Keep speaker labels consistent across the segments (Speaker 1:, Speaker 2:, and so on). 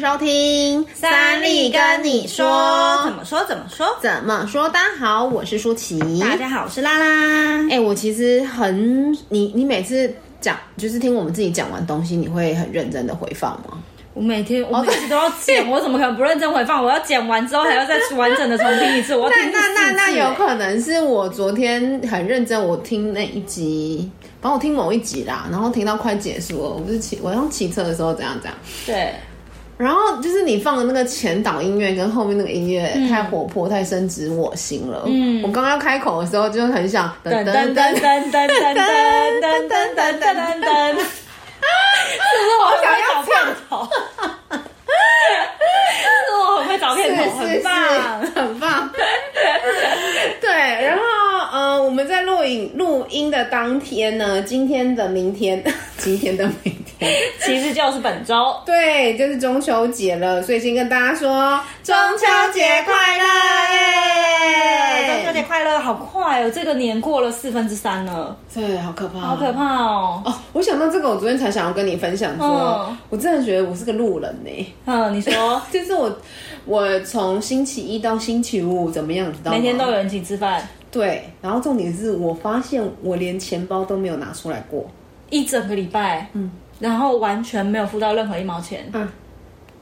Speaker 1: 收听
Speaker 2: 怎么说怎么说？
Speaker 1: 怎么说？大家好，我是舒淇。
Speaker 2: 大家好，我是拉拉。
Speaker 1: 哎、我其实很你你每次讲就是听我们自己讲完东西，你会很认真的回放吗？
Speaker 2: 我每天我每次都要剪，我怎么可能不认真回放？我要剪完之后还要再完整的重听一次，我
Speaker 1: 那
Speaker 2: 要听
Speaker 1: 那那那有
Speaker 2: 能
Speaker 1: 可能是我昨天很认真，我听那一集，反正我听某一集啦，然后听到快结束了，我不是骑我好像骑车的时候怎样怎样，
Speaker 2: 对，
Speaker 1: 然后就是你放的那个前导音乐跟后面那个音乐太活泼、太深植我心了。嗯嗯，我刚刚开口的时候就很想噔
Speaker 2: 噔
Speaker 1: 噔噔
Speaker 2: 噔噔
Speaker 1: 噔，
Speaker 2: 噔噔噔噔噔噔噔噔噔，是不是我很会找片头？是不是我很会找片头，
Speaker 1: 是
Speaker 2: 很棒
Speaker 1: 是。很棒。 对，然后呃，我们在录影录音的当天呢，今天的明天， 今天的明天，
Speaker 2: 其实就是本周。
Speaker 1: 对，就是中秋节了，所以先跟大家说中秋节快乐耶！
Speaker 2: 中秋节快乐！好快哦，这个年过了四分之三了，
Speaker 1: 对，好可怕，
Speaker 2: 好可怕哦。
Speaker 1: 哦，我想到这个，我昨天才想要跟你分享说，
Speaker 2: 嗯
Speaker 1: 我真的觉得我是个路人呢、
Speaker 2: 嗯，你说
Speaker 1: 就是我，我从星期一到星期五怎么样，你知道吗？
Speaker 2: 每天都有人请吃饭，
Speaker 1: 对，然后重点是我发现我连钱包都没有拿出来过。
Speaker 2: 一整个礼拜，嗯，然后完全没有付到任何一毛钱，
Speaker 1: 嗯，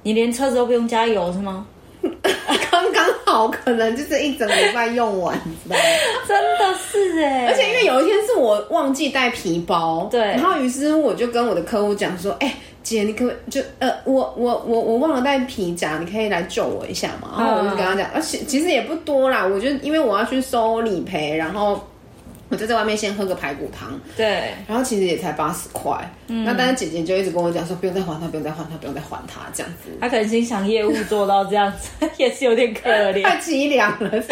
Speaker 2: 你连车子都不用加油是吗？
Speaker 1: 刚刚好，可能就是一整个礼拜用完，你知 道吗？
Speaker 2: 真的是哎，
Speaker 1: 而且因为有一天是我忘记带皮包，
Speaker 2: 对
Speaker 1: 然后于是我就跟我的客户讲说，哎、姐，你可不可以就呃，我我我我忘了带皮夹，你可以来救我一下嘛？
Speaker 2: 嗯
Speaker 1: 然后我就跟他讲，而且其实也不多啦，我就因为我要去收理赔，然后我就在外面先喝个排骨汤，
Speaker 2: 对，
Speaker 1: 然后其实也才八十块，
Speaker 2: 嗯
Speaker 1: 那但是姐姐就一直跟我讲说，不用再还他，不用再还他，不用再还他这样子。
Speaker 2: 他可能心想业务做到这样子 也是有点可怜，
Speaker 1: 太凄凉了，是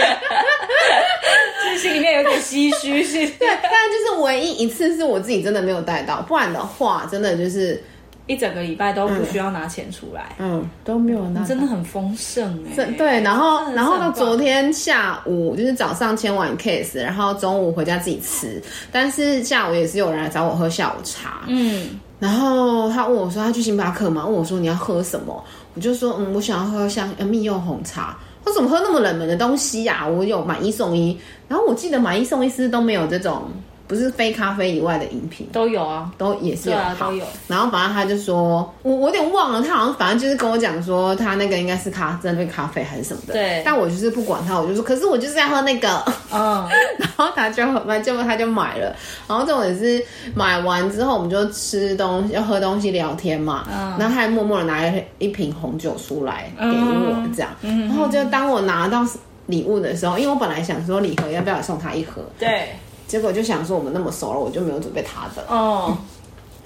Speaker 2: 就是心里面有点唏嘘，是
Speaker 1: 对，但就是唯一一次是我自己真的没有带到，不然的话，真的就是
Speaker 2: 一整个礼拜都不需要拿钱出来，
Speaker 1: 嗯都没有拿到，
Speaker 2: 真的很丰盛哎，
Speaker 1: 对对，然后
Speaker 2: 真的是
Speaker 1: 然后
Speaker 2: 很
Speaker 1: 到
Speaker 2: 棒
Speaker 1: 昨天下午，就是早上签完 case，然后中午回家自己吃，但是下午也是有人来找我喝下午茶，
Speaker 2: 嗯，
Speaker 1: 然后他问我说他去星巴克吗？问我说你要喝什么？我就说嗯，我想要喝像呃蜜柚红茶。他说怎么喝那么冷门的东西呀、我有买一送一，然后我记得买一送一是不是都没有这种不是非咖啡以外的饮品。
Speaker 2: 都有啊，
Speaker 1: 都也是有
Speaker 2: 对啊
Speaker 1: 好
Speaker 2: 都有
Speaker 1: 然后反正他就说，我我有点忘了，他好像反正就是跟我讲说，他那个应该是咖针对咖啡还是什么的。
Speaker 2: 对
Speaker 1: 但我就是不管他，我就说，可是我就是要喝那个，
Speaker 2: 嗯。
Speaker 1: 然后他就反正他就买了。然后重点是买完之后，我们就吃东西，要喝东西聊天嘛。
Speaker 2: 嗯
Speaker 1: 然后他还默默的拿了一瓶红酒出来给我，
Speaker 2: 嗯
Speaker 1: 这样。然后就当我拿到礼物的时候，因为我本来想说礼盒要不要送他一盒，
Speaker 2: 对，
Speaker 1: 结果就想说我们那么熟了，我就没有准备他的。
Speaker 2: 哦，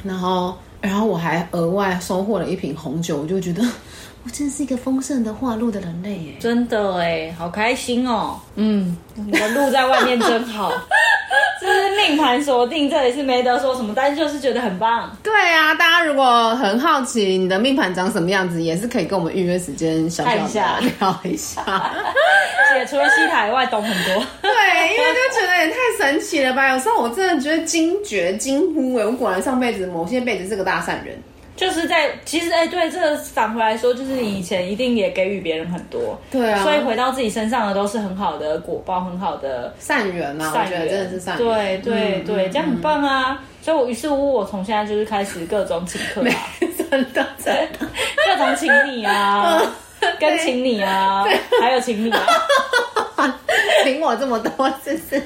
Speaker 1: 然后，然后我还额外收获了一瓶红酒，我就觉得 我真是一个丰盛的化路的人类耶。
Speaker 2: 真的哎，好开心哦！
Speaker 1: 嗯，
Speaker 2: 你的路在外面真 好，这是命盘锁定，这也是没得说什么，但是就是觉得很棒。
Speaker 1: 对啊，大家如果很好奇你的命盘长什么样子，也是可以跟我们预约时间小
Speaker 2: 看一
Speaker 1: 小
Speaker 2: 下
Speaker 1: 的聊一 下。
Speaker 2: 姐除了西塔以外懂很多，
Speaker 1: 对，因为就觉得也太神奇了吧！有时候我真的觉得惊觉、惊呼哎，我果然上辈子某些辈子是个大善人。
Speaker 2: 就是在其实哎，对，这个返回来说，就是你以前一定也给予别人很多，
Speaker 1: 对啊
Speaker 2: 所以回到自己身上的都是很好的果报，很好的
Speaker 1: 善人啊，我
Speaker 2: 善
Speaker 1: 觉得
Speaker 2: 缘，
Speaker 1: 真的是善嗯人。
Speaker 2: 对对对，这样很棒啊！所以我于是乎，我从现在就是开始各种请客啊，
Speaker 1: 真的真的。
Speaker 2: 各种请 你啊，
Speaker 1: 嗯
Speaker 2: 跟请你啊，还有请你啊，
Speaker 1: 请我这么多，真是。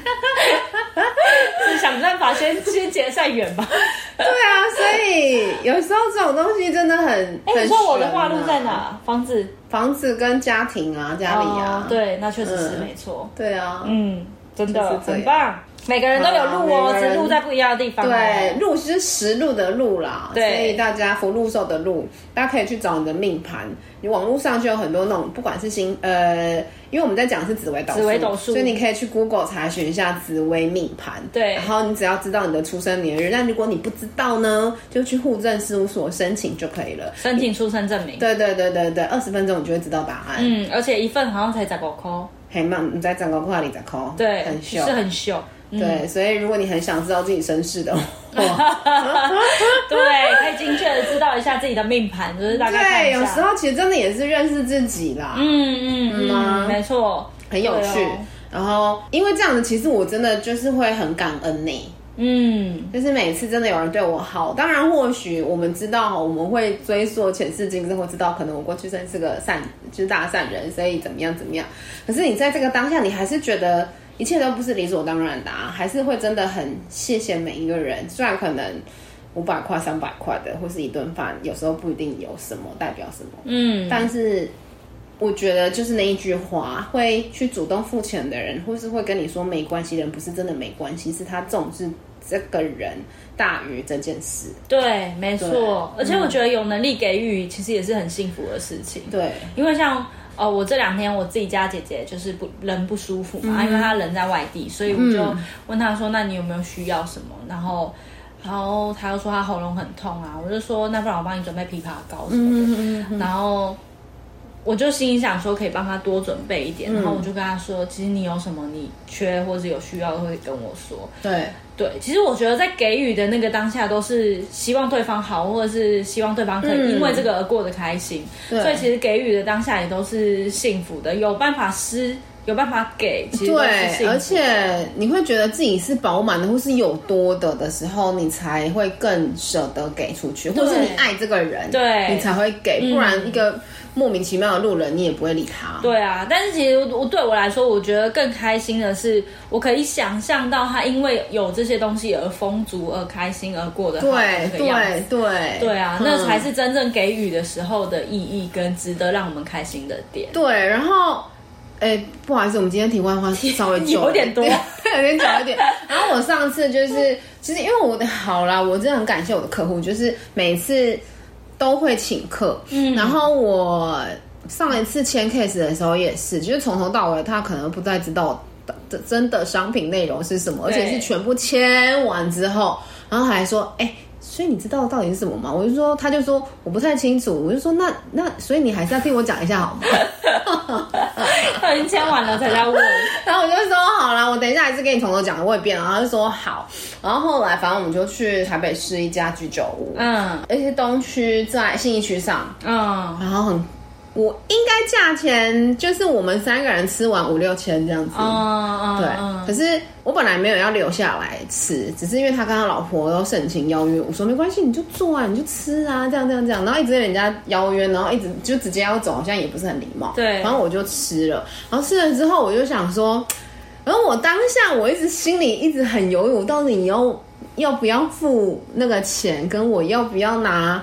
Speaker 2: 是想办法先先结善缘吧。
Speaker 1: 对啊，所以有时候这种东西真的很。
Speaker 2: 哎、
Speaker 1: 很
Speaker 2: 你说我的
Speaker 1: 玄
Speaker 2: 话路在
Speaker 1: 啊
Speaker 2: 哪？房子
Speaker 1: 房子跟家庭啊，家里啊，
Speaker 2: 哦对，那确实是
Speaker 1: 嗯
Speaker 2: 没错。
Speaker 1: 对啊，
Speaker 2: 嗯，真的
Speaker 1: 就是这样
Speaker 2: 很棒，每个人都有路
Speaker 1: 好啊
Speaker 2: 哦，
Speaker 1: 每个
Speaker 2: 只
Speaker 1: 人
Speaker 2: 是路在不一样的地方、哦。
Speaker 1: 对，路是实路的路啦，所
Speaker 2: 对
Speaker 1: 以大家福禄寿的路，大家可以去找你的命盘。你网络上就有很多那种，不管是星呃，因为我们在讲的是紫微斗数，
Speaker 2: 紫微斗数
Speaker 1: 所以你可以去 Google 查询一下紫微命盘。
Speaker 2: 对
Speaker 1: 然后你只要知道你的出生年月日，但如果你不知道呢，就去户政事务所申请就可以了。
Speaker 2: 申请出生证明。
Speaker 1: 对对对对对，二十分钟你就会知道答
Speaker 2: 嗯
Speaker 1: 案。
Speaker 2: 嗯，而且一份好像才十五块，
Speaker 1: 嘿，妈，你在整个块里在抠，
Speaker 2: 对，
Speaker 1: 很秀
Speaker 2: 是。很秀。嗯
Speaker 1: 对，所以如果你很想知道自己身世的话，
Speaker 2: 对，可以精确的知道一下自己的命盘，就是大概看
Speaker 1: 对，
Speaker 2: 一下。
Speaker 1: 有时候其实真的也是认识自己啦，
Speaker 2: 嗯嗯
Speaker 1: 啊
Speaker 2: 嗯，没错，
Speaker 1: 很有趣。
Speaker 2: 对哦
Speaker 1: 然后因为这样子，其实我真的就是会很感恩你。
Speaker 2: 嗯，
Speaker 1: 就是每次真的有人对我好，当然或许我们知道，我们会追溯前世今生，会知道可能我过去真是个善，就是大善人，所以怎么样怎么样。可是你在这个当下，你还是觉得一切都不是理所当然的、啊，还是会真的很谢谢每一个人，虽然可能五百块、三百块的，或是一顿饭，有时候不一定有什么代表什么，
Speaker 2: 嗯，
Speaker 1: 但是我觉得就是那一句话，会去主动付钱的人，或是会跟你说没关系的人，不是真的没关系，是他重视这个人大于这件事。
Speaker 2: 对，没错。而且我觉得有能力给予，其实也是很幸福的事情。
Speaker 1: 对，
Speaker 2: 因为像呃，我这两天我自己家姐姐就是不人不舒服嘛，因为她人在外地，所以我就问她说：“那你有没有需要什么？”然后，然后她又说她喉咙很痛啊，我就说：“那不然我帮你准备枇杷膏什么的。然后。我就心里想说，可以帮她多准备一点，然后我就跟她说，其实你有什么你缺或者有需要，会跟我说。
Speaker 1: 对，
Speaker 2: 对，其实我觉得在给予的那个当下，都是希望对方好，或者是希望对方可以因为这个而过得开心。
Speaker 1: 嗯对
Speaker 2: 所以其实给予的当下也都是幸福的，有办法施，有办法给，其实都是幸福
Speaker 1: 对，
Speaker 2: 的
Speaker 1: 而且你会觉得自己是饱满的，或是有多的的时候，你才会更舍得给出去，或是你爱这个人，
Speaker 2: 对
Speaker 1: 你才会给，不然一个莫名其妙的路人，你也不会理他。
Speaker 2: 对啊，但是其实我对我来说，我觉得更开心的是，我可以想象到他因为有这些东西而丰足、而开心、而过得好的
Speaker 1: 对
Speaker 2: 那个样子
Speaker 1: 对对
Speaker 2: 对啊，那
Speaker 1: 嗯
Speaker 2: 才是真正给予的时候的意义跟值得让我们开心的点。 对
Speaker 1: 对，然后，哎、不好意思，我们今天题外话稍微久了，
Speaker 2: 有点多
Speaker 1: 对有点久一点。然后我上次 就是，其实因为我的好啦，我真的很感谢我的客户，就是每次都会请客，嗯，然后我上一次签 case 的时候也是，就是从头到尾他可能不太知道真真的商品内容是什么，而且是
Speaker 2: 对
Speaker 1: 全部签完之后，然后还说，哎、所以你知道到底是什么吗？我就说，他就说我不太清楚，我就说那那，所以你还是要听我讲一下好吗？
Speaker 2: 都已经签完了才在问。
Speaker 1: 然后我就说好啦，我等一下还是跟你从头讲，我也变了。然后他就说好，然后后来反正我们就去台北市一家居酒屋，
Speaker 2: 嗯
Speaker 1: 而且东区在信义区上，
Speaker 2: 嗯，
Speaker 1: 然后很，我应该价钱就是我们三个人吃完五六千这样子。
Speaker 2: 嗯
Speaker 1: 对，
Speaker 2: 嗯
Speaker 1: 可是我本来没有要留下来吃，只是因为他跟他老婆都盛情邀约，我说没关系，你就做啊，你就吃啊，这样这样这样，然后一直被人家邀约，然后一直就直接要走，好像也不是很礼貌。
Speaker 2: 对
Speaker 1: 然后我就吃了，然后吃了之后我就想说，然后我当下我一直心里一直很犹豫，我到底要要不要付那个钱，跟我要不要拿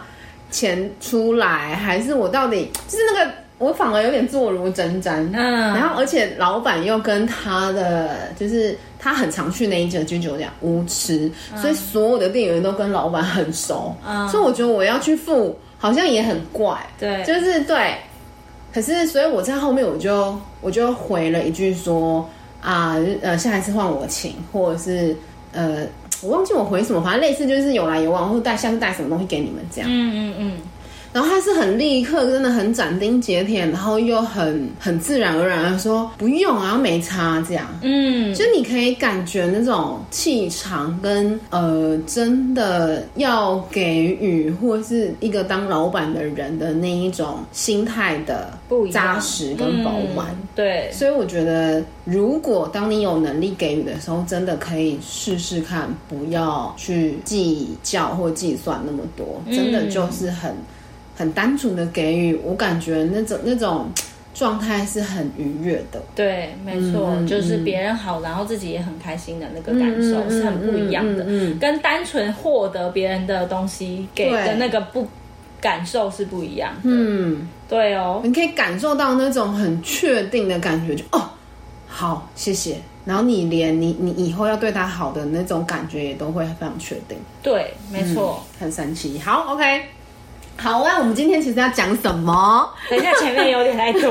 Speaker 1: 钱出来，还是我到底就是那个我反而有点坐如针毡。
Speaker 2: 嗯
Speaker 1: 然后而且老板又跟他的就是他很常去那一家居酒屋屋吃，所以所有的店员都跟老板很熟，
Speaker 2: 嗯
Speaker 1: 所以我觉得我要去付好像也很怪，
Speaker 2: 对
Speaker 1: 就是对。可是所以我在后面我就我就回了一句说啊呃下一次换我请，或者是呃我忘记我回什么，反正类似就是有来有往，或者带下次带什么东西给你们这样。
Speaker 2: 嗯嗯嗯，
Speaker 1: 然后他是很立刻，真的很斩钉截铁，然后又很很自然而然的说不用啊，没差这样。
Speaker 2: 嗯，
Speaker 1: 就你可以感觉那种气场跟呃，真的要给予或是一个当老板的人的那一种心态的
Speaker 2: 不一样
Speaker 1: 扎实跟饱满。
Speaker 2: 嗯对，
Speaker 1: 所以我觉得，如果当你有能力给予的时候，真的可以试试看，不要去计较或计算那么多，
Speaker 2: 嗯
Speaker 1: 真的就是很很单纯的给予。我感觉那种那种状态是很愉悦的，
Speaker 2: 对，没错，
Speaker 1: 嗯嗯
Speaker 2: 就是别人好，然后自己也很开心的那个感受、
Speaker 1: 嗯
Speaker 2: 是很不一样的，
Speaker 1: 嗯嗯嗯
Speaker 2: 跟单纯获得别人的东西给
Speaker 1: 对
Speaker 2: 的那个不感受是不一样的。
Speaker 1: 嗯，
Speaker 2: 对哦，
Speaker 1: 你可以感受到那种很确定的感觉，就哦，好，谢谢。然后你连你你以后要对他好的那种感觉也都会非常确定。
Speaker 2: 对，没错。
Speaker 1: 很神奇。好，OK，好啊，我们今天其实要讲什么？
Speaker 2: 等一下，前面有点太多，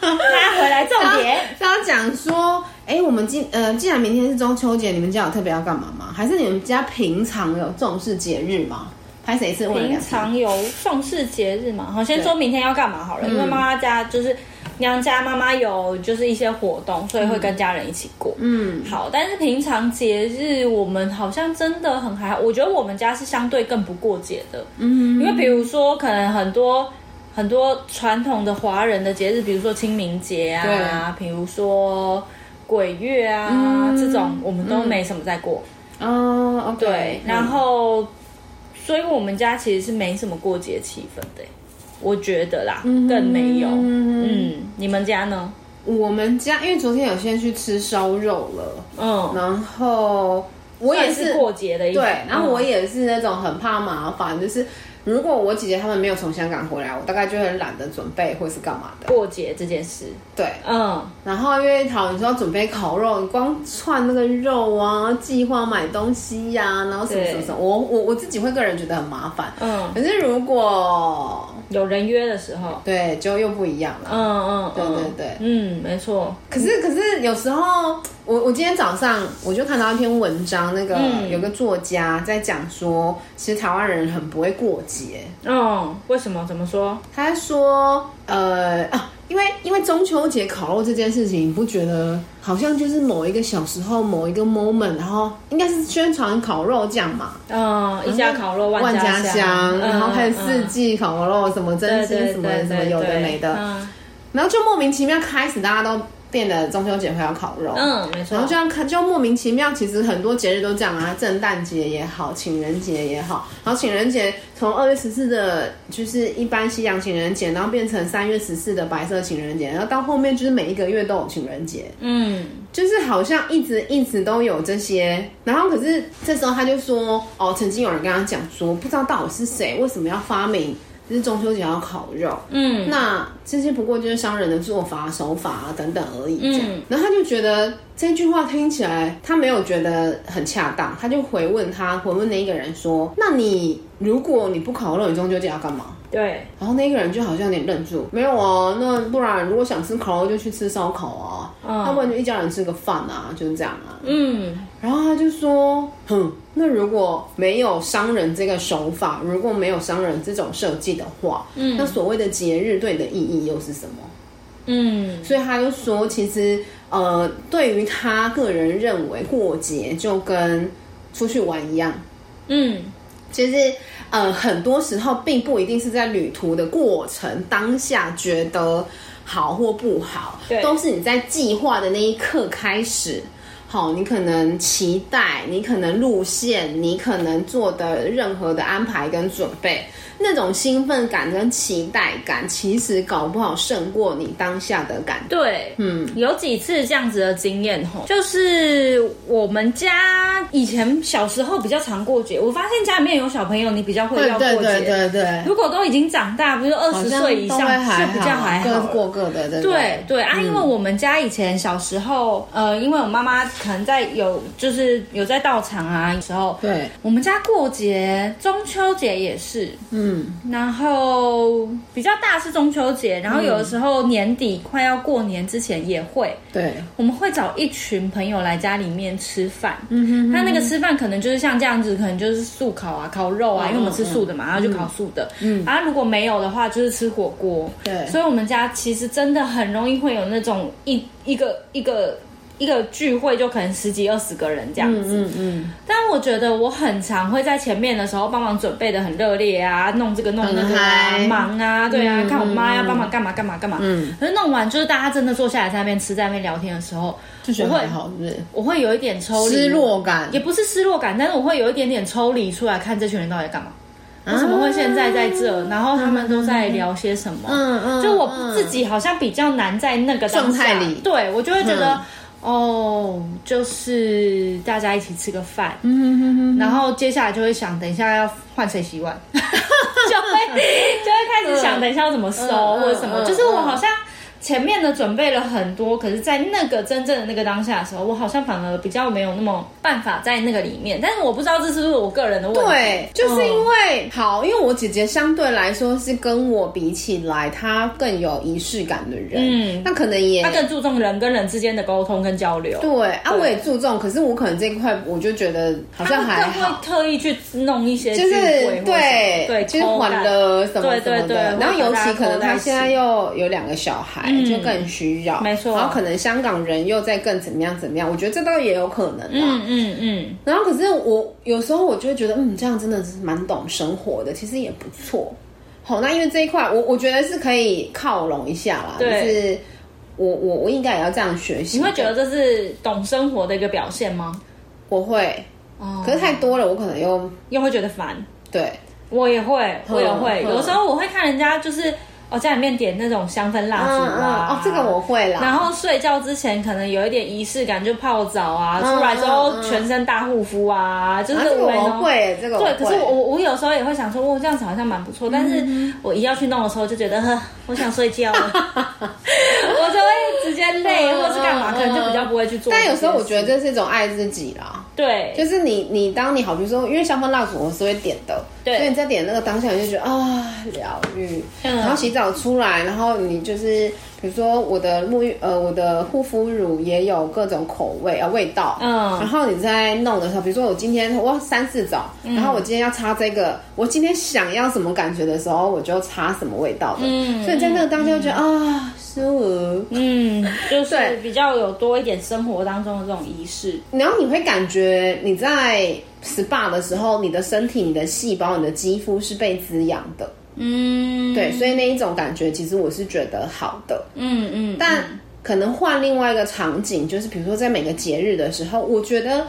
Speaker 2: 大家回来重点。
Speaker 1: 是要讲说，哎、我们今呃，既然明天是中秋节，你们家有特别要干嘛吗？还是你们家平常有重视节日吗？拍谁是问了
Speaker 2: 平
Speaker 1: 两次？嗯
Speaker 2: 常有重视节日嘛？好，先说明天要干嘛好了，因为妈妈家就是娘家妈妈有就是一些活动，所以会跟家人一起过。
Speaker 1: 嗯，
Speaker 2: 好，但是平常节日我们好像真的很还好，我觉得我们家是相对更不过节的，嗯，因为比如说可能很多很多传统的华人的节日，比如说清明节啊，比如说鬼月啊、
Speaker 1: 嗯
Speaker 2: 这种，我们都没什么在过，
Speaker 1: 哦，OK，
Speaker 2: 对，
Speaker 1: 嗯
Speaker 2: 然后所以我们家其实是没什么过节气氛的，我觉得啦，更没有，嗯，你们家呢？
Speaker 1: 我们家因为昨天有先去吃烧肉了，
Speaker 2: 嗯，
Speaker 1: 然后我也
Speaker 2: 算
Speaker 1: 是
Speaker 2: 过节的一种，
Speaker 1: 对，然后我
Speaker 2: 嗯
Speaker 1: 也是那种很怕麻烦，就是如果我姐姐她们没有从香港回来，我大概就会懒得准备或是干嘛的。
Speaker 2: 过节这件事，
Speaker 1: 对，
Speaker 2: 嗯。
Speaker 1: 然后因为好，你说要准备烤肉，你光串那个肉啊，计划买东西呀、然后什么什么什么，我我我自己会个人觉得很麻烦。
Speaker 2: 嗯，
Speaker 1: 可是如果
Speaker 2: 有人约的时候，
Speaker 1: 对，就又不一样了。
Speaker 2: 嗯嗯，
Speaker 1: 对
Speaker 2: 嗯
Speaker 1: 对对
Speaker 2: 嗯，没错，
Speaker 1: 可是可是有时候，我我今天早上我就看到一篇文章，那个、
Speaker 2: 嗯
Speaker 1: 有个作家在讲说，其实台湾人很不会过节。
Speaker 2: 嗯，为什么？怎么说？
Speaker 1: 他说，呃啊，因为因为中秋节烤肉这件事情，你不觉得好像就是某一个小时候某一个 moment，然后应该是宣传烤肉酱嘛，
Speaker 2: 嗯，一家烤肉
Speaker 1: 万
Speaker 2: 家嗯
Speaker 1: 家香，嗯然后开
Speaker 2: 看
Speaker 1: 始四季烤肉，什么真心什么什么有的没的，
Speaker 2: 嗯
Speaker 1: 然后就莫名其妙开始大家都变得中秋节会要烤肉，
Speaker 2: 嗯，没错，
Speaker 1: 然后这样看，就莫名其妙。其实很多节日都这样啊，圣诞节也好，情人节也好。然后情人节从二月十四的，就是一般西洋情人节，然后变成三月十四的白色情人节，然后到后面就是每一个月都有情人节，
Speaker 2: 嗯
Speaker 1: 就是好像一直一直都有这些。然后可是这时候他就说，哦，曾经有人跟他讲说，不知道到底是谁，为什么要发明就是中秋节要烤肉？
Speaker 2: 嗯
Speaker 1: 那这些不过就是商人的做法、手法啊等等而已。这样，
Speaker 2: 嗯
Speaker 1: 然后他就觉得这句话听起来他没有觉得很恰当，他就回问他回问那一个人说：“那你如果你不烤肉，你中秋节要干嘛
Speaker 2: 对，？”
Speaker 1: 然后那个人就好像有点愣住，没有啊，那不然如果想吃烤肉就去吃烧烤啊，
Speaker 2: 嗯
Speaker 1: 要不然就一家人吃个饭啊，就是这样啊。
Speaker 2: 嗯
Speaker 1: 然后他就说：“哼，那如果没有商人这个手法，如果没有商人这种设计的话，
Speaker 2: 嗯
Speaker 1: 那所谓的节日对你的意义又是什么？”
Speaker 2: 嗯
Speaker 1: 所以他就说，其实呃，对于他个人认为过节就跟出去玩一样，
Speaker 2: 嗯
Speaker 1: 其实呃，很多时候并不一定是在旅途的过程当下觉得好或不好
Speaker 2: 对，
Speaker 1: 都是你在计划的那一刻开始。好，你可能期待，你可能路线，你可能做的任何的安排跟准备，那种兴奋感跟期待感，其实搞不好胜过你当下的感觉。
Speaker 2: 对，
Speaker 1: 嗯，
Speaker 2: 有几次这样子的经验吼，就是我们家以前小时候比较常过节，我发现家里面有小朋友，你比较会
Speaker 1: 对
Speaker 2: 要过
Speaker 1: 对对
Speaker 2: 节，
Speaker 1: 对对，
Speaker 2: 如果都已经长大，不是二十岁以上
Speaker 1: 好像都会
Speaker 2: 就比较还好
Speaker 1: 各
Speaker 2: 了。
Speaker 1: 过各的，对嗯不
Speaker 2: 对
Speaker 1: 对
Speaker 2: 对啊，因为我们家以前小时候，呃，因为我妈妈可能在有就是有在道场啊时候，
Speaker 1: 对，
Speaker 2: 我们家过节，中秋节也是，
Speaker 1: 嗯
Speaker 2: 然后比较大是中秋节，然后有的时候年底快要过年之前也会，
Speaker 1: 对，
Speaker 2: 我们会找一群朋友来家里面吃饭，
Speaker 1: 嗯哼
Speaker 2: 那那个吃饭可能就是像这样子，可能就是素烤啊、烤肉啊，
Speaker 1: 嗯
Speaker 2: 因为我们吃素的嘛，然后就烤素的。嗯，啊，如果没有的话，就是吃火锅。
Speaker 1: 对
Speaker 2: 所以我们家其实真的很容易会有那种一一个一个一个聚会，就可能十几二十个人这样子。
Speaker 1: 嗯嗯，
Speaker 2: 但我觉得我很常会在前面的时候帮忙准备的很热烈啊，弄这个弄那
Speaker 1: 很，
Speaker 2: 个啊
Speaker 1: 嗨
Speaker 2: 忙啊，对啊，
Speaker 1: 嗯
Speaker 2: 看我妈
Speaker 1: 嗯
Speaker 2: 要帮忙干嘛干嘛干嘛。
Speaker 1: 嗯，
Speaker 2: 可是弄完就是大家真的坐下来在那边吃，在那边聊天的时候，
Speaker 1: 就觉
Speaker 2: 我
Speaker 1: 得
Speaker 2: 会
Speaker 1: 还好，是不是？
Speaker 2: 我会有一点抽离
Speaker 1: 失落感
Speaker 2: 也不是失落感，但是我会有一点点抽离出来看这群人到底在干嘛，为什么会现在在这，然后他们都在聊些什么。
Speaker 1: 嗯嗯
Speaker 2: 就我自己好像比较难在那个当
Speaker 1: 状
Speaker 2: 下
Speaker 1: 态里
Speaker 2: 对我就会觉得
Speaker 1: 嗯。
Speaker 2: 哦，就是大家一起吃个饭，
Speaker 1: 嗯嗯嗯
Speaker 2: 然后接下来就会想，等一下要换谁 洗碗，就会就会开始想，等一下要怎么收
Speaker 1: 嗯嗯
Speaker 2: 或者什么。
Speaker 1: 嗯
Speaker 2: 就是我
Speaker 1: 嗯
Speaker 2: 好像前面的准备了很多，可是，在那个真正的那个当下的时候，我好像反而比较没有那么办法在那个里面。但是我不知道这是不是嗯我个人的问题。
Speaker 1: 对，就是因为、好，因为我姐姐相对来说是跟我比起来，她更有仪式感的人，
Speaker 2: 嗯
Speaker 1: 那可能也
Speaker 2: 他更注重人跟人之间的沟通跟交流，
Speaker 1: 对啊，
Speaker 2: 对
Speaker 1: 我也注重，可是我可能这一块我就觉得好像还
Speaker 2: 他们更
Speaker 1: 好
Speaker 2: 会。特意去弄一些
Speaker 1: 就
Speaker 2: 聚
Speaker 1: 是
Speaker 2: 会或者什么
Speaker 1: 对，
Speaker 2: 对，
Speaker 1: 就是
Speaker 2: 口
Speaker 1: 还
Speaker 2: 感
Speaker 1: 了什么
Speaker 2: 对
Speaker 1: 什么
Speaker 2: 对对
Speaker 1: 的，然后
Speaker 2: 会把
Speaker 1: 尤
Speaker 2: 大家
Speaker 1: 其可能
Speaker 2: 扣在
Speaker 1: 她
Speaker 2: 一起嗯
Speaker 1: 现在又有两个小孩，就更需要，
Speaker 2: 没错
Speaker 1: 然后可能香港人又在更怎么样怎么样，我觉得这倒也有可能啦。
Speaker 2: 嗯嗯嗯，
Speaker 1: 然后可是我有时候我就会觉得，嗯，这样真的是蛮懂生活的，其实也不错。好，那因为这一块，我我觉得是可以靠拢一下啦，就
Speaker 2: 对
Speaker 1: 是我我我应该也要这样学习。
Speaker 2: 你会觉得这是懂生活的一个表现吗？
Speaker 1: 我会，
Speaker 2: 哦
Speaker 1: 可是太多了，我可能又
Speaker 2: 又会觉得烦。
Speaker 1: 对
Speaker 2: 我也会，我也会，
Speaker 1: 嗯
Speaker 2: 有时候我会看人家就是哦，家里面点那种香氛蜡烛啊，
Speaker 1: 哦，这个我。会啦。
Speaker 2: 然后睡觉之前可能有一点仪式感，就泡澡啊，出来之后
Speaker 1: 嗯嗯
Speaker 2: 全身大护肤啊，就
Speaker 1: 啊，
Speaker 2: 是
Speaker 1: 这个
Speaker 2: 为
Speaker 1: 我
Speaker 2: 呢
Speaker 1: 会，这个我
Speaker 2: 对，
Speaker 1: 会。
Speaker 2: 可是我我有时候也会想说，哇，这样子好像蛮不错，但是
Speaker 1: 嗯
Speaker 2: 我一要去弄的时候就觉得，呵，我想睡 觉了，我就会直接累，
Speaker 1: 嗯
Speaker 2: 或者是干嘛，
Speaker 1: 嗯
Speaker 2: 可能就比较不会去做这
Speaker 1: 但
Speaker 2: 件事。
Speaker 1: 有时候我觉得这是一种爱自己啦，
Speaker 2: 对，
Speaker 1: 就是你你当你好，比如说因为香氛蜡烛我是会点的，
Speaker 2: 对
Speaker 1: 所以你在点那个当下你就觉得啊疗愈，
Speaker 2: 嗯
Speaker 1: 然后洗澡出来，然后你就是比如说我的沐浴呃我的护肤乳也有各种口味啊、味道，
Speaker 2: 嗯
Speaker 1: 然后你在弄的时候，比如说我今天我三四种，
Speaker 2: 嗯
Speaker 1: 然后我今天要擦这个，我今天想要什么感觉的时候，我就擦什么味道的，
Speaker 2: 嗯
Speaker 1: 所以你在那个当下就觉得、啊舒服，
Speaker 2: 嗯，就是
Speaker 1: 对
Speaker 2: 比较有多一点生活当中的这种仪式。
Speaker 1: 然后你会感觉你在 SPA 的时候，你的身体、你的细胞、你的肌肤是被滋养的，
Speaker 2: 嗯，
Speaker 1: 对，所以那一种感觉，其实我是觉得好的。
Speaker 2: 嗯嗯，
Speaker 1: 但可能换另外一个场景，就是比如说在每个节日的时候，我觉得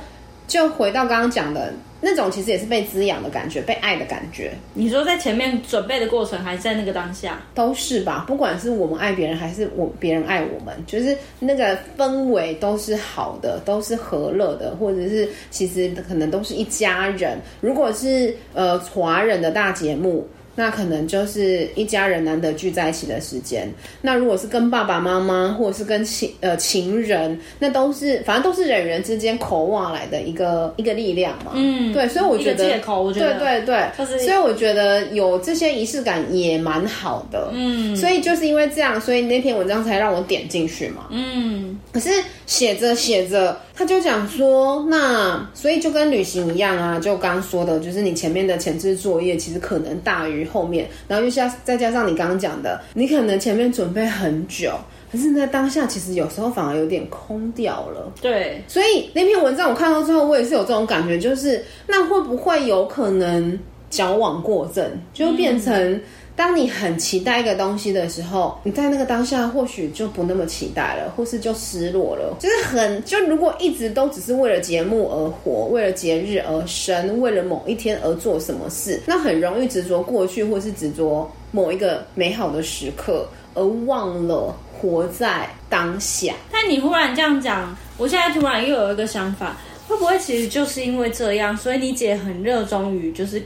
Speaker 1: 就回到刚刚讲的那种，其实也是被滋养的感觉，被爱的感觉，
Speaker 2: 你说在前面准备的过程，还是在那个当下？
Speaker 1: 都是吧。不管是我们爱别人，还是我别人爱我们，就是那个氛围都是好的，都是和乐的，或者是其实可能都是一家人。如果是呃华人的大节目。那可能就是一家人难得聚在一起的时间。那如果是跟爸爸妈妈，或者是跟情呃情人，那都是反正都是人与人之间口望来的一个一个力量嘛。
Speaker 2: 嗯
Speaker 1: 对，所以我觉
Speaker 2: 一
Speaker 1: 得
Speaker 2: 个借口我觉得
Speaker 1: 对对对，
Speaker 2: 就是
Speaker 1: 所以我觉得有这些仪式感也蛮好的。嗯，所以就是因为这样，所以那篇文章才让我点进去嘛。
Speaker 2: 嗯，
Speaker 1: 可是写着写着，他就讲说，那所以就跟旅行一样啊，就刚刚说的，就是你前面的前置作业其实可能大于后面，然后又加再加上你刚刚讲的，你可能前面准备很久，可是在当下其实有时候反而有点空掉了。
Speaker 2: 对，
Speaker 1: 所以那篇文章我看到最后，我也是有这种感觉，就是那会不会有可能矫枉过正，就变成当你很期待一个东西的时候，你在那个当下或许就不那么期待了，或是就失落了，就是很就如果一直都只是为了节目而活，为了节日而生，为了某一天而做什么事，那很容易执着过去，或是执着某一个美好的时刻，而忘了活在当下。
Speaker 2: 但你忽然这样讲，我现在突然又有一个想法，会不会其实就是因为这样，所以你姐很热衷于就是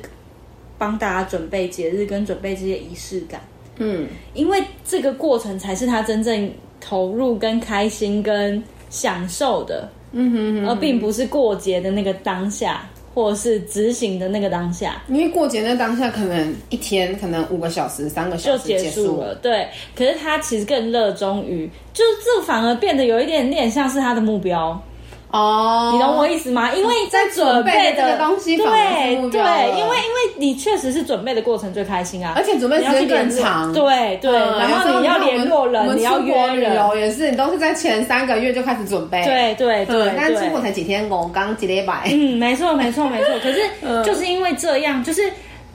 Speaker 2: 帮大家准备节日跟准备这些仪式感，
Speaker 1: 嗯。
Speaker 2: 因为这个过程才是她真正投入跟开心跟享受的，嗯哼而并不是过节的那个当下，或者是执行的那个当下。
Speaker 1: 因为过节那当下，可能一天可能五个小时、三个小
Speaker 2: 就
Speaker 1: 时
Speaker 2: 哦结
Speaker 1: 束
Speaker 2: 束了，。对。可是他其实更热衷于，就是这反而变得有一点点像是他的目标，
Speaker 1: 哦，
Speaker 2: 你懂我意思吗？因为在准
Speaker 1: 备的
Speaker 2: 的
Speaker 1: 这个东西
Speaker 2: 对
Speaker 1: 反而是目标了
Speaker 2: 对，因为因为你确实是准备的过程最开心啊，
Speaker 1: 而且准备时
Speaker 2: 你要去
Speaker 1: 间更
Speaker 2: 联络
Speaker 1: 长
Speaker 2: 对对，
Speaker 1: 嗯
Speaker 2: 然后你要联络
Speaker 1: 我
Speaker 2: 人，
Speaker 1: 们
Speaker 2: 你要约
Speaker 1: 我们出国旅
Speaker 2: 人，
Speaker 1: 游也是，你都是在前三个月就开始准备。
Speaker 2: 对对对
Speaker 1: 嗯，但是出国
Speaker 2: 对。
Speaker 1: 才几天，我刚几礼拜。
Speaker 2: 嗯，没错，没错，没错。可 是
Speaker 1: 嗯
Speaker 2: 就是因为这样，就是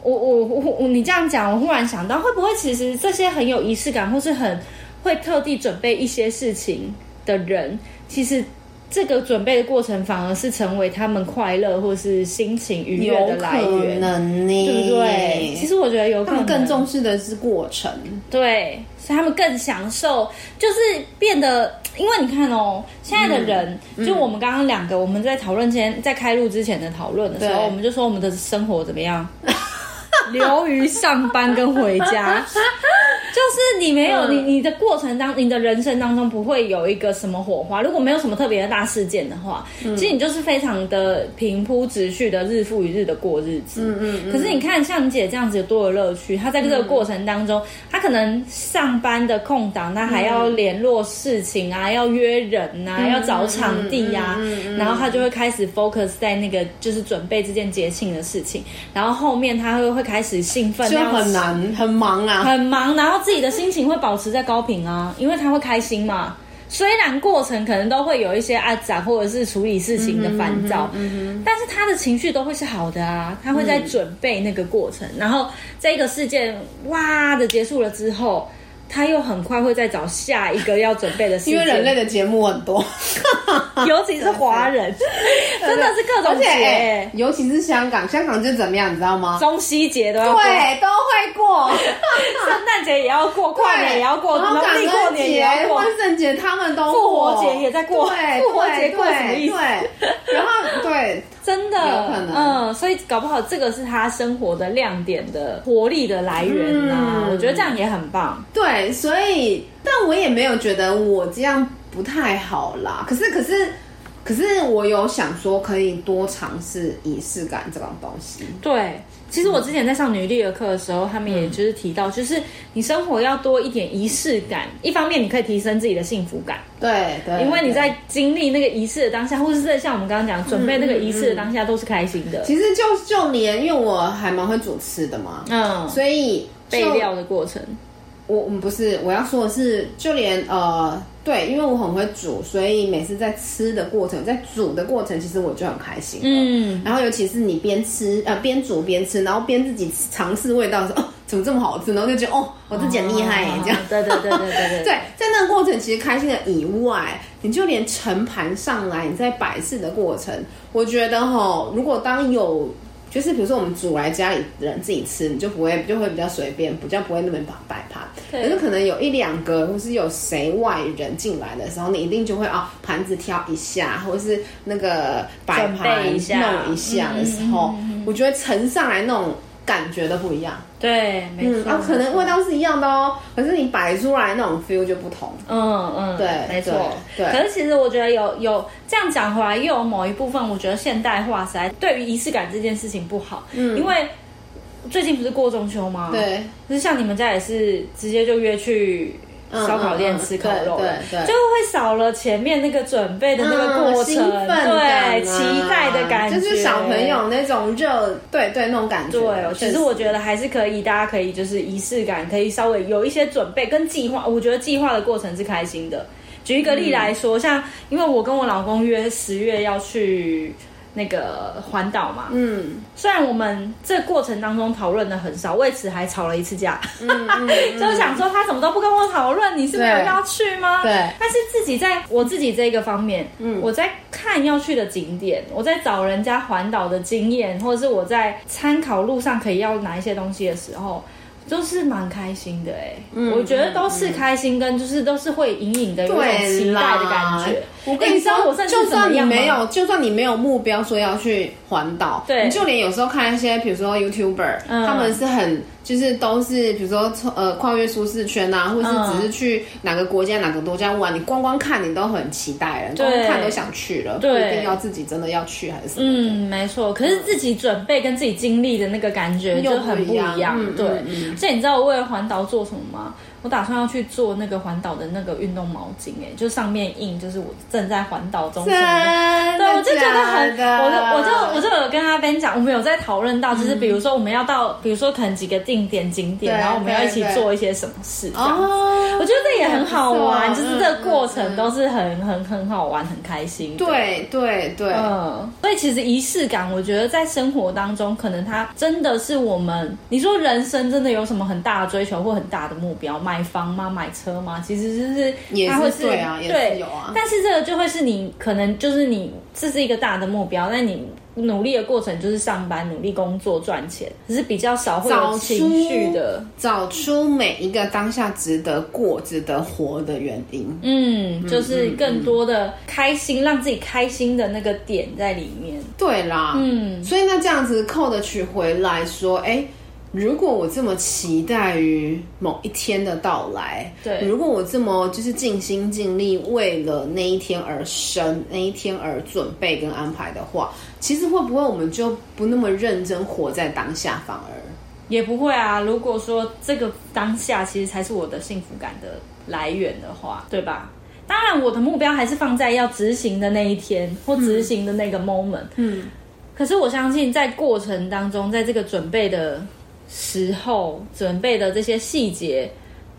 Speaker 2: 我我我我你这样讲，我忽然想到，会不会其实这些很有仪式感，或是很会特地准备一些事情的人，其实这个准备的过程反而是成为他们快乐或是心情愉悦
Speaker 1: 有
Speaker 2: 的来
Speaker 1: 可
Speaker 2: 源，
Speaker 1: 能呢，
Speaker 2: 对不对？其实我觉得有可
Speaker 1: 他们
Speaker 2: 能
Speaker 1: 更重视的是过程。
Speaker 2: 对，所以他们更享受，就是变得，因为你看哦，现在的人，就我们刚刚两个，我们在讨论前，在开录之前的讨论的时候，
Speaker 1: 对
Speaker 2: 我们就说我们的生活怎么样，流于上班跟回家，就是你没有、你你的过程当你的人生当中不会有一个什么火花，如果没有什么特别的大事件的话，其实你就是非常的平铺直叙的日复一日的过日子。嗯嗯可是你看，像你姐这样子有多有乐趣，她在这个过程当中，她可能上班的空档，她还要联络事情啊，要约人啊，要找场地啊，然后她就会开始 focus 在那个就是准备这件节庆的事情，然后后面她会会开始兴奋，
Speaker 1: 就
Speaker 2: 要
Speaker 1: 很难，很忙啊！
Speaker 2: 很忙，然后自己的心情会保持在高频啊，因为他会开心嘛。虽然过程可能都会有一些阿展或者是处理事情的烦躁，
Speaker 1: 嗯
Speaker 2: 但是他的情绪都会是好的啊，他会在准备那个过
Speaker 1: 嗯
Speaker 2: 程，然后这个事件哇的结束了之后，他又很快会再找下一个要准备的事
Speaker 1: 因为人
Speaker 2: 件，
Speaker 1: 类的节目很多，
Speaker 2: 尤其是 华人，真的是各
Speaker 1: 而
Speaker 2: 种
Speaker 1: 且、
Speaker 2: 节、
Speaker 1: 哎尤其是香港，香港就怎么样，你知道吗？
Speaker 2: 中西节都要过，
Speaker 1: 对，都会过，
Speaker 2: 圣诞节也要过，跨年也要过，
Speaker 1: 然后
Speaker 2: 农
Speaker 1: 感
Speaker 2: 历过
Speaker 1: 恩
Speaker 2: 年
Speaker 1: 节、
Speaker 2: 也要过
Speaker 1: 万。圣节他们都
Speaker 2: 复活
Speaker 1: 过
Speaker 2: 节也在过
Speaker 1: 对，
Speaker 2: 复活
Speaker 1: 对
Speaker 2: 节过什么意思
Speaker 1: 对，对然后对，
Speaker 2: 真的，
Speaker 1: 有可能
Speaker 2: 嗯，所以搞不好这个是他生活的亮点的活力的来源呐、
Speaker 1: 嗯
Speaker 2: 我觉得这样也很棒。
Speaker 1: 对，所以，但我也没有觉得我这样不太好啦。可是，可是，可是，我有想说，可以多尝试仪式感这种东西。
Speaker 2: 对，其实我之前在上女力的课的时候，他们也就是提到，就是你生活要多一点仪式感。一方面，你可以提升自己的幸福感，
Speaker 1: 对对，
Speaker 2: 因为你
Speaker 1: 对。
Speaker 2: 在经历那个仪式的当下，或者是像我们刚刚讲准备那个仪式的当
Speaker 1: 嗯
Speaker 2: 下，都是开心的。
Speaker 1: 其实就就连，因为我还蛮会主持的嘛，
Speaker 2: 嗯，
Speaker 1: 所以就
Speaker 2: 备料的过程，
Speaker 1: 我我们不是我要说的是，就连呃，对，因为我很会煮，所以每次在吃的过程，在煮的过程，其实我就很开心。
Speaker 2: 嗯，
Speaker 1: 然后尤其是你边吃呃边煮边吃，然后边自己尝试味道的时候，哦，怎么这么好吃？然后就觉得哦，我自己很厉害耶，这样。
Speaker 2: 嗯对对对对对
Speaker 1: 对，
Speaker 2: 对
Speaker 1: 在那个过程其实开心的以外，你就连盛盘上来，你在摆饰的过程，我觉得哈，如果当有就是比如说我们煮来家里人自己吃，你就不会就会比较随便，比较不会那么摆摆盘。
Speaker 2: 对
Speaker 1: 可是可能有一两个，或是有谁外人进来的时候，你一定就会啊、盘子挑一下，或是那个摆
Speaker 2: 准备
Speaker 1: 盘
Speaker 2: 一下
Speaker 1: 弄一下的时候，我觉得盛上来那种感觉都不一样。
Speaker 2: 对，没
Speaker 1: 嗯，
Speaker 2: 错。
Speaker 1: 啊，可能味道是一样的哦，可是你摆出来那种 feel 就不同。
Speaker 2: 嗯嗯，
Speaker 1: 对
Speaker 2: 没错。
Speaker 1: 对对
Speaker 2: 可是其实我觉得有有这样讲回来，又有某一部分，我觉得现代化实在对于仪式感这件事情不好。嗯，因为最近不是过中秋吗？，
Speaker 1: 对，
Speaker 2: 就是像你们家也是直接就约去。烧烤店吃烤肉了
Speaker 1: 嗯嗯嗯对对对
Speaker 2: 就会少了前面那个准备的那个过
Speaker 1: 嗯
Speaker 2: 程，
Speaker 1: 兴奋感啊
Speaker 2: 对，期待的感觉，
Speaker 1: 就是小朋友那种热，对对，那种感觉。
Speaker 2: 对，其
Speaker 1: 确
Speaker 2: 实我觉得还是可以，大家可以就是仪式感，可以稍微有一些准备跟计划。我觉得计划的过程是开心的。举一个例来
Speaker 1: 嗯
Speaker 2: 说，像因为我跟我老公约十月要去那个环岛嘛，
Speaker 1: 嗯，
Speaker 2: 虽然我们这过程当中讨论的很少，为此还吵了一次架， 就是想说他怎么都不跟我讨论，你是没有
Speaker 1: 嗯对
Speaker 2: 要去吗？
Speaker 1: 对
Speaker 2: 但是自己在我自己这个方面，嗯，我在看要去的景点，我在找人家环岛的经验，或者是我在参考路上可以要哪一些东西的时候。就是蛮开心的哎、
Speaker 1: 嗯
Speaker 2: 我觉得都是开心，跟就是都是会隐隐的有一种
Speaker 1: 对
Speaker 2: 期待
Speaker 1: 啦
Speaker 2: 的感觉。
Speaker 1: 我
Speaker 2: 哎
Speaker 1: 跟你
Speaker 2: 知道
Speaker 1: 说，
Speaker 2: 我甚
Speaker 1: 就
Speaker 2: 至怎么
Speaker 1: 算你
Speaker 2: 样吗
Speaker 1: 没有，就算你没有目标说要去环岛，
Speaker 2: 对
Speaker 1: 你就连有时候看一些，比如说 YouTuber，、
Speaker 2: 嗯
Speaker 1: 他们是很就是都是比如说呃跨越舒适圈啊，或是
Speaker 2: 嗯
Speaker 1: 只是去哪个国家、哪个国家玩，你光光看你都很期待了，你光光
Speaker 2: 对
Speaker 1: 看都想去了，不
Speaker 2: 对
Speaker 1: 一定要自己真的要去还是什么的。
Speaker 2: 嗯，没错。可是自己准备跟自己经历的那个感觉就很不一
Speaker 1: 又
Speaker 2: 样
Speaker 1: 不一样。嗯
Speaker 2: 对
Speaker 1: 嗯，
Speaker 2: 而且你知道我为了环岛做什么吗？我打算要去做那个环岛的那个运动毛巾，哎，就上面印就是我正在环岛中什
Speaker 1: 真的
Speaker 2: 么的。对，我就觉得很，
Speaker 1: 假的
Speaker 2: 我就我就我就有跟阿 Ben 讲，我们有在讨论到，就是比如说我们要到，比如说可能几个定点景点，
Speaker 1: 嗯对
Speaker 2: 然后我们要一起
Speaker 1: 对对
Speaker 2: 做一些什么事这样。
Speaker 1: 哦，
Speaker 2: 我觉得这也很好玩，
Speaker 1: 不
Speaker 2: 就
Speaker 1: 错嗯
Speaker 2: 是这个过程都是很很很好玩，很开心。
Speaker 1: 对对对，
Speaker 2: 嗯，所以其实仪式感，我觉得在生活当中，可能它真的是我们，你说人生真的有什么很大的追求或很大的目标，买房吗？买车吗？其实就是
Speaker 1: 也
Speaker 2: 它会
Speaker 1: 是对啊也是有啊
Speaker 2: 但是这个就会是你可能就是你这是一个大的目标，但你努力的过程就是上班、努力工作、赚钱，只是比较少会
Speaker 1: 找
Speaker 2: 有
Speaker 1: 出
Speaker 2: 情绪的。
Speaker 1: 找出每一个当下值得过、值得活的原因。
Speaker 2: 嗯，就是更多的开心，让自己开心的那个点在里面。
Speaker 1: 对啦，
Speaker 2: 嗯，
Speaker 1: 所以那这样子扣的取回来说，哎、如果我这么期待于某一天的到来，
Speaker 2: 对
Speaker 1: 如果我这么就是尽心尽力为了那一天而生，那一天而准备跟安排的话，其实会不会我们就不那么认真活在当下，反而？
Speaker 2: 也不会啊。如果说这个当下其实才是我的幸福感的来源的话，对吧？当然，我的目标还是放在要执行的那一天或执行的那个 moment。
Speaker 1: 嗯，
Speaker 2: 可是我相信，在过程当中，在这个准备的时候，准备的这些细节，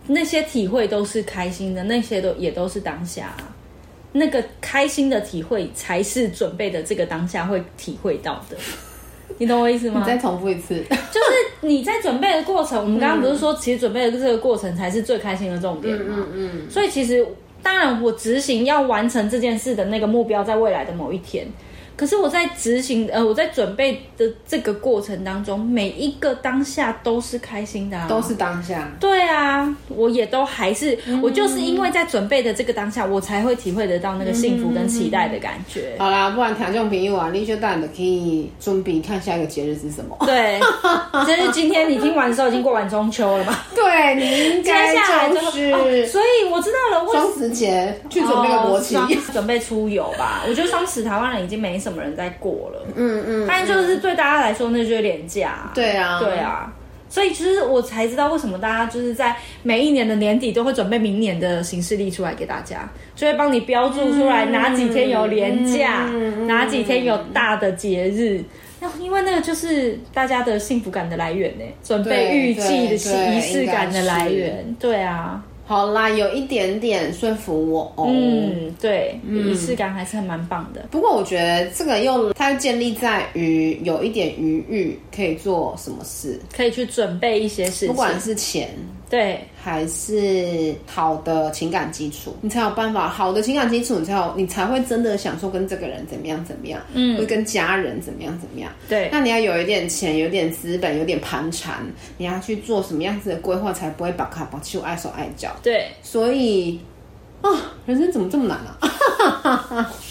Speaker 2: 那些体会都是开心的，那些都也都是当下啊、那个开心的体会才是准备的这个当下会体会到的，你懂我意思吗
Speaker 1: 你？再重复一次，
Speaker 2: 就是你在准备的过程，我们刚刚不是说，其实准备的这个过程才是最开心的重点吗？
Speaker 1: 嗯
Speaker 2: 所以其实，当然我执行要完成这件事的那个目标，在未来的某一天。可是我在执行，呃，我在准备的这个过程当中，每一个当下都是开心的、啊，
Speaker 1: 都是嗯当下。
Speaker 2: 对啊，我也都还是，我就是因为在准备的这个当下，我才会体会得到那个幸福跟期待的感觉。
Speaker 1: 好啦，不然听众朋友啊，你就带你可以准备看下一个节日是什 么。
Speaker 2: 对，就是今天你听完的时候，已经过完中秋了 嘛？
Speaker 1: 对，你应
Speaker 2: 接
Speaker 1: 该
Speaker 2: 下来就
Speaker 1: 就
Speaker 2: 哦
Speaker 1: 是
Speaker 2: 所以我知道了，为什么
Speaker 1: 双十节去 准备个国旗。
Speaker 2: 哦双准备出游吧。我觉得双十台湾人已经没什么人在过了，
Speaker 1: 嗯嗯，
Speaker 2: 但就是对大家来说，那就是廉价。
Speaker 1: 对啊，
Speaker 2: 对，啊，所以其实我才知道为什么大家就是在每一年的年底都会准备明年的行事历出来给大家，就会帮你标注出
Speaker 1: 嗯
Speaker 2: 来哪几天有廉价，哪几天有大的节日。那因为那个就是大家的幸福感的来源呢，准备
Speaker 1: 对
Speaker 2: 预计的
Speaker 1: 对对
Speaker 2: 仪式感的来
Speaker 1: 应
Speaker 2: 源。对啊，
Speaker 1: 好啦，有一点点说服我哦。
Speaker 2: 嗯，对，仪式感还是很蛮棒的。
Speaker 1: 不过我觉得这个又它建立在于有一点余裕可以做什么事，
Speaker 2: 可以去准备一些事
Speaker 1: 不
Speaker 2: 情，
Speaker 1: 管是钱
Speaker 2: 对，
Speaker 1: 还是好的情感基础，你才有办法好的情感基础，你才有你才会真的想说跟这个人怎么样怎么样，嗯，会跟家人怎么样怎么样。
Speaker 2: 对
Speaker 1: 那你要有一点钱，有点资本，有点盘缠，你要去做什么样子的规划，才不会把卡把球碍手碍脚。
Speaker 2: 对。
Speaker 1: 所以啊，人生怎么这么难啊？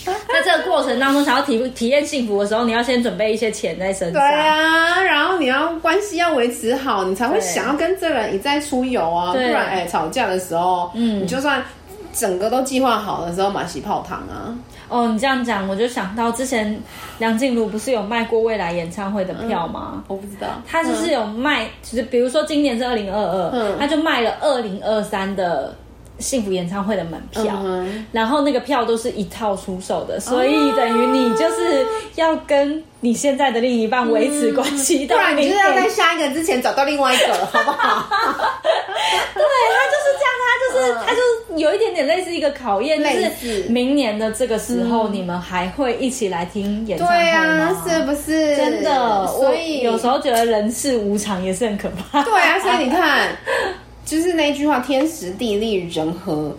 Speaker 2: 在这个过程当中，想要体体验幸福的时候，你要先准备一些钱在身
Speaker 1: 对
Speaker 2: 上。
Speaker 1: 啊，然后你要关系要维持好，你才会
Speaker 2: 对
Speaker 1: 想要跟这人一再出游啊，不
Speaker 2: 对
Speaker 1: 然哎、吵架的时候，嗯，你就算整个都计划好的时候，马洗泡汤啊，
Speaker 2: 哦，你这样讲，我就想到之前梁静茹不是有卖过未来演唱会的票吗？
Speaker 1: 我不知道，
Speaker 2: 她就是有卖，就是比如说今年是二零二二，
Speaker 1: 嗯
Speaker 2: 她就卖了二零二三的幸福演唱会的门票。
Speaker 1: 嗯
Speaker 2: 然后那个票都是一套出售的，所
Speaker 1: 哦
Speaker 2: 以等于你就是要跟你现在的另一半维持关系
Speaker 1: 不
Speaker 2: 到
Speaker 1: 然
Speaker 2: 明
Speaker 1: 嗯啊你就是
Speaker 2: 年。
Speaker 1: 要在下一个之前找到另外一个了，好不好？
Speaker 2: 对他就是这样，他就是、他就是有一点点类似一个考验，就
Speaker 1: 嗯类似
Speaker 2: 是明年的这个时候，你们还会一起来听演唱 会
Speaker 1: 对啊
Speaker 2: 吗？，
Speaker 1: 是不是？
Speaker 2: 真的，
Speaker 1: 所以
Speaker 2: 我有时候觉得人世无常也是很可怕。
Speaker 1: 对啊， 所以你看，就是那句话“天时地利人和”，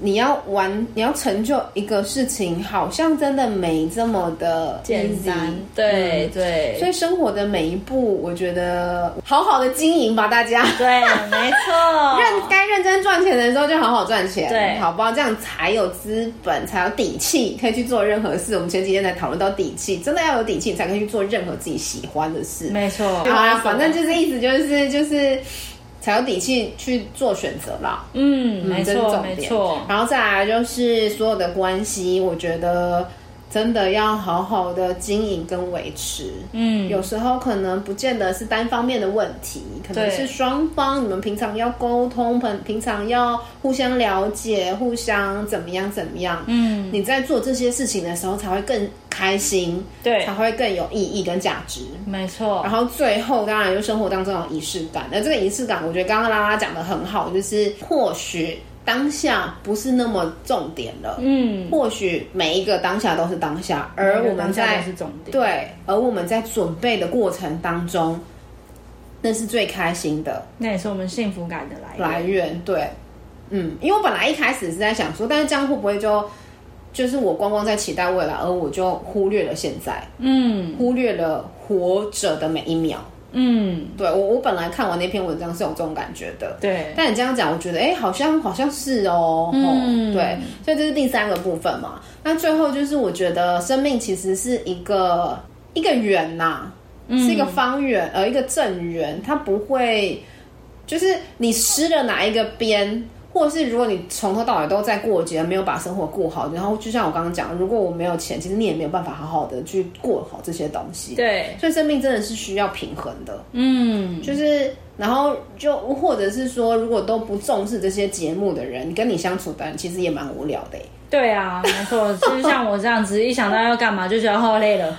Speaker 1: 你要玩，你要成就一个事情，好像真的没这么的
Speaker 2: 简
Speaker 1: easy
Speaker 2: 单，对、
Speaker 1: 嗯
Speaker 2: 对
Speaker 1: 所以生活的每一步，我觉得好好的经营吧，大家。
Speaker 2: 对，没
Speaker 1: 认
Speaker 2: 错，
Speaker 1: 该认真赚钱的时候就好好赚钱，
Speaker 2: 对
Speaker 1: 好不好？这样才有资本，才有底气，可以去做任何事。我们前几天才讨论到底气，真的要有底气，你才可以去做任何自己喜欢的事。
Speaker 2: 没错。
Speaker 1: 好啦，反正就是意思就是就是才有底气去做选择啦。
Speaker 2: 嗯，没
Speaker 1: 这是
Speaker 2: 错，
Speaker 1: 重
Speaker 2: 没
Speaker 1: 点
Speaker 2: 错，
Speaker 1: 然后再来就是所有的关系，我觉得真的要好好的经营跟维持。
Speaker 2: 嗯，
Speaker 1: 有时候可能不见得是单方面的问题，可能
Speaker 2: 对
Speaker 1: 是双方你们平常要沟通，平平常要互相了解，互相怎么样怎么样。
Speaker 2: 嗯，
Speaker 1: 你在做这些事情的时候才会更开心，
Speaker 2: 对
Speaker 1: 才，会更有意义跟价值。
Speaker 2: 没错
Speaker 1: 然，后最后当然就生活当中有仪式感。那这个仪式感，我觉得刚刚拉拉讲的很好，就是或许当下不是那么重点了，
Speaker 2: 嗯，
Speaker 1: 或许每一个当下都是当下，而我们
Speaker 2: 当下
Speaker 1: 在
Speaker 2: 都是重点，
Speaker 1: 对，而我们在准备的过程当中，那是最开心的
Speaker 2: 那也是我们幸福感的来源。
Speaker 1: 来源。对，嗯，因为我本来一开始是在想说，但是这样会不会就就是我光光在期待未来，而我就忽略了现在，
Speaker 2: 嗯
Speaker 1: 忽略了活着的每一秒。
Speaker 2: 嗯，
Speaker 1: 对我，我本来看完那篇文章是有这种感觉的。
Speaker 2: 对，
Speaker 1: 但你这样讲，我觉得哎、诶好像好像是哦，
Speaker 2: 嗯
Speaker 1: 哦对，所以这是第三个部分嘛。那最后就是，我觉得生命其实是一个一个圆呐、
Speaker 2: 嗯
Speaker 1: 是一个方圆，呃，一个正圆，它不会就是你失了哪一个边。或者是如果你从头到尾都在过节，没有把生活过好，然后就像我刚刚讲，如果我没有钱，其实你也没有办法好好的去过好这些东西。
Speaker 2: 对，
Speaker 1: 所以生命真的是需要平衡的。
Speaker 2: 嗯，
Speaker 1: 就是，然后就或者是说，如果都不重视这些节目的人，跟你相处的人其实也蛮无聊的欸耶。
Speaker 2: 对啊，没 错，就是像我这样子，哦一想到要干嘛就觉得好累了。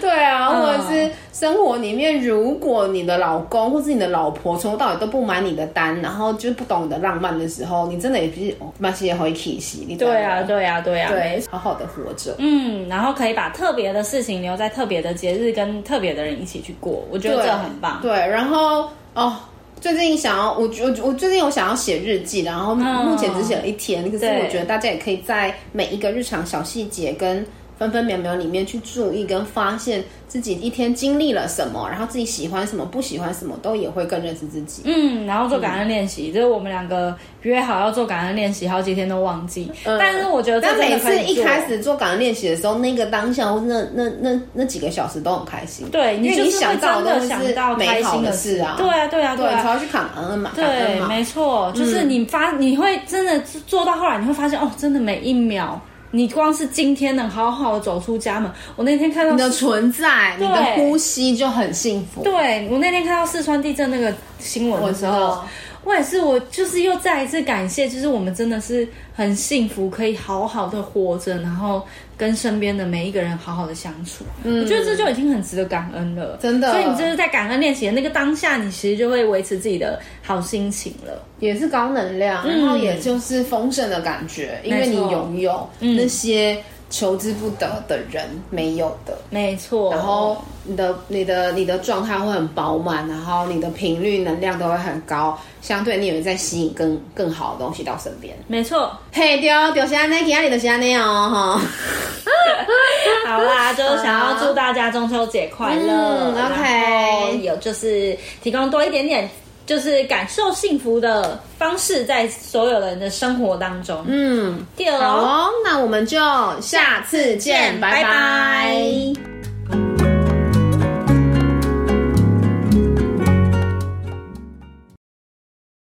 Speaker 1: 对啊，
Speaker 2: 嗯
Speaker 1: 或者是生活里面，如果你的老公或是你的老婆从头到尾都不买你的单，然后就是不懂得浪漫的时候，你真的也不是哦蛮些会气息，你知道吗
Speaker 2: 对啊，对啊，对啊，
Speaker 1: 对，好好的活着。
Speaker 2: 嗯，然后可以把特别的事情留在特别的节日，跟特别的人一起去过，我觉得这很棒。
Speaker 1: 对，然后哦，最近想要我我我最近有想要写日记，然后目前只写了一天，可是
Speaker 2: 对
Speaker 1: 我觉得大家也可以在每一个日常小细节跟分分秒秒里面去注意跟发现自己一天经历了什么，然后自己喜欢什么不喜欢什么，都也会更认识自己。
Speaker 2: 嗯，然后做感恩练习，就是我们两个约好要做感恩练习，好几天都忘记。但是我觉得这
Speaker 1: 但
Speaker 2: 真
Speaker 1: 嗯每
Speaker 2: 的可
Speaker 1: 次
Speaker 2: 以
Speaker 1: 一
Speaker 2: 做
Speaker 1: 开始做感恩练习的时候，那个当下或是那那那那几个小时都很开心，
Speaker 2: 对，
Speaker 1: 因为
Speaker 2: 就
Speaker 1: 你
Speaker 2: 是会
Speaker 1: 想到
Speaker 2: 真
Speaker 1: 的
Speaker 2: 的
Speaker 1: 都是
Speaker 2: 想到
Speaker 1: 美
Speaker 2: 开
Speaker 1: 好
Speaker 2: 心
Speaker 1: 的
Speaker 2: 事
Speaker 1: 事啊
Speaker 2: 对啊，对啊，
Speaker 1: 对，
Speaker 2: 啊。
Speaker 1: 才会去感恩嘛，感恩
Speaker 2: 对，
Speaker 1: 嘛。嗯
Speaker 2: 没错，就是你发，你会真的做到后来，你会发现哦，真的每一秒，你光是今天能好好地走出家门，我那天看到
Speaker 1: 你的存在，你的
Speaker 2: 对
Speaker 1: 呼吸就很幸福。
Speaker 2: 对我那天看到四川地震那个新闻的时
Speaker 1: 我知
Speaker 2: 候
Speaker 1: 道，
Speaker 2: 我也是，我就是又再一次感谢，就是我们真的是很幸福，可以好好的活着，然后跟身边的每一个人好好的相处。我觉得这就已经很值得感恩
Speaker 1: 嗯
Speaker 2: 了，
Speaker 1: 真的
Speaker 2: 所以你就是在感恩练习的那个当下，你其实就会维持自己的好心情了。
Speaker 1: 也是高能量，
Speaker 2: 嗯
Speaker 1: 然后也就是丰盛的感觉，因为你拥有
Speaker 2: 嗯
Speaker 1: 那些求之不得的人没有的，
Speaker 2: 没错，
Speaker 1: 然后你的你的你的状态会很饱满，啊然后你的频率能量都会很高，相对你也会在吸引更更好的东西到身边。
Speaker 2: 没错，
Speaker 1: 嘿，对哦，就是安尼，今日就是安尼哦，哈。
Speaker 2: 好啦，就是想要祝大家中秋节快乐、
Speaker 1: 嗯，OK
Speaker 2: 然后有就是提供多一点点，就是感受幸福的方式，在所有人的生活当中。嗯，第二
Speaker 1: 哦好哦，那我们就下次见，拜拜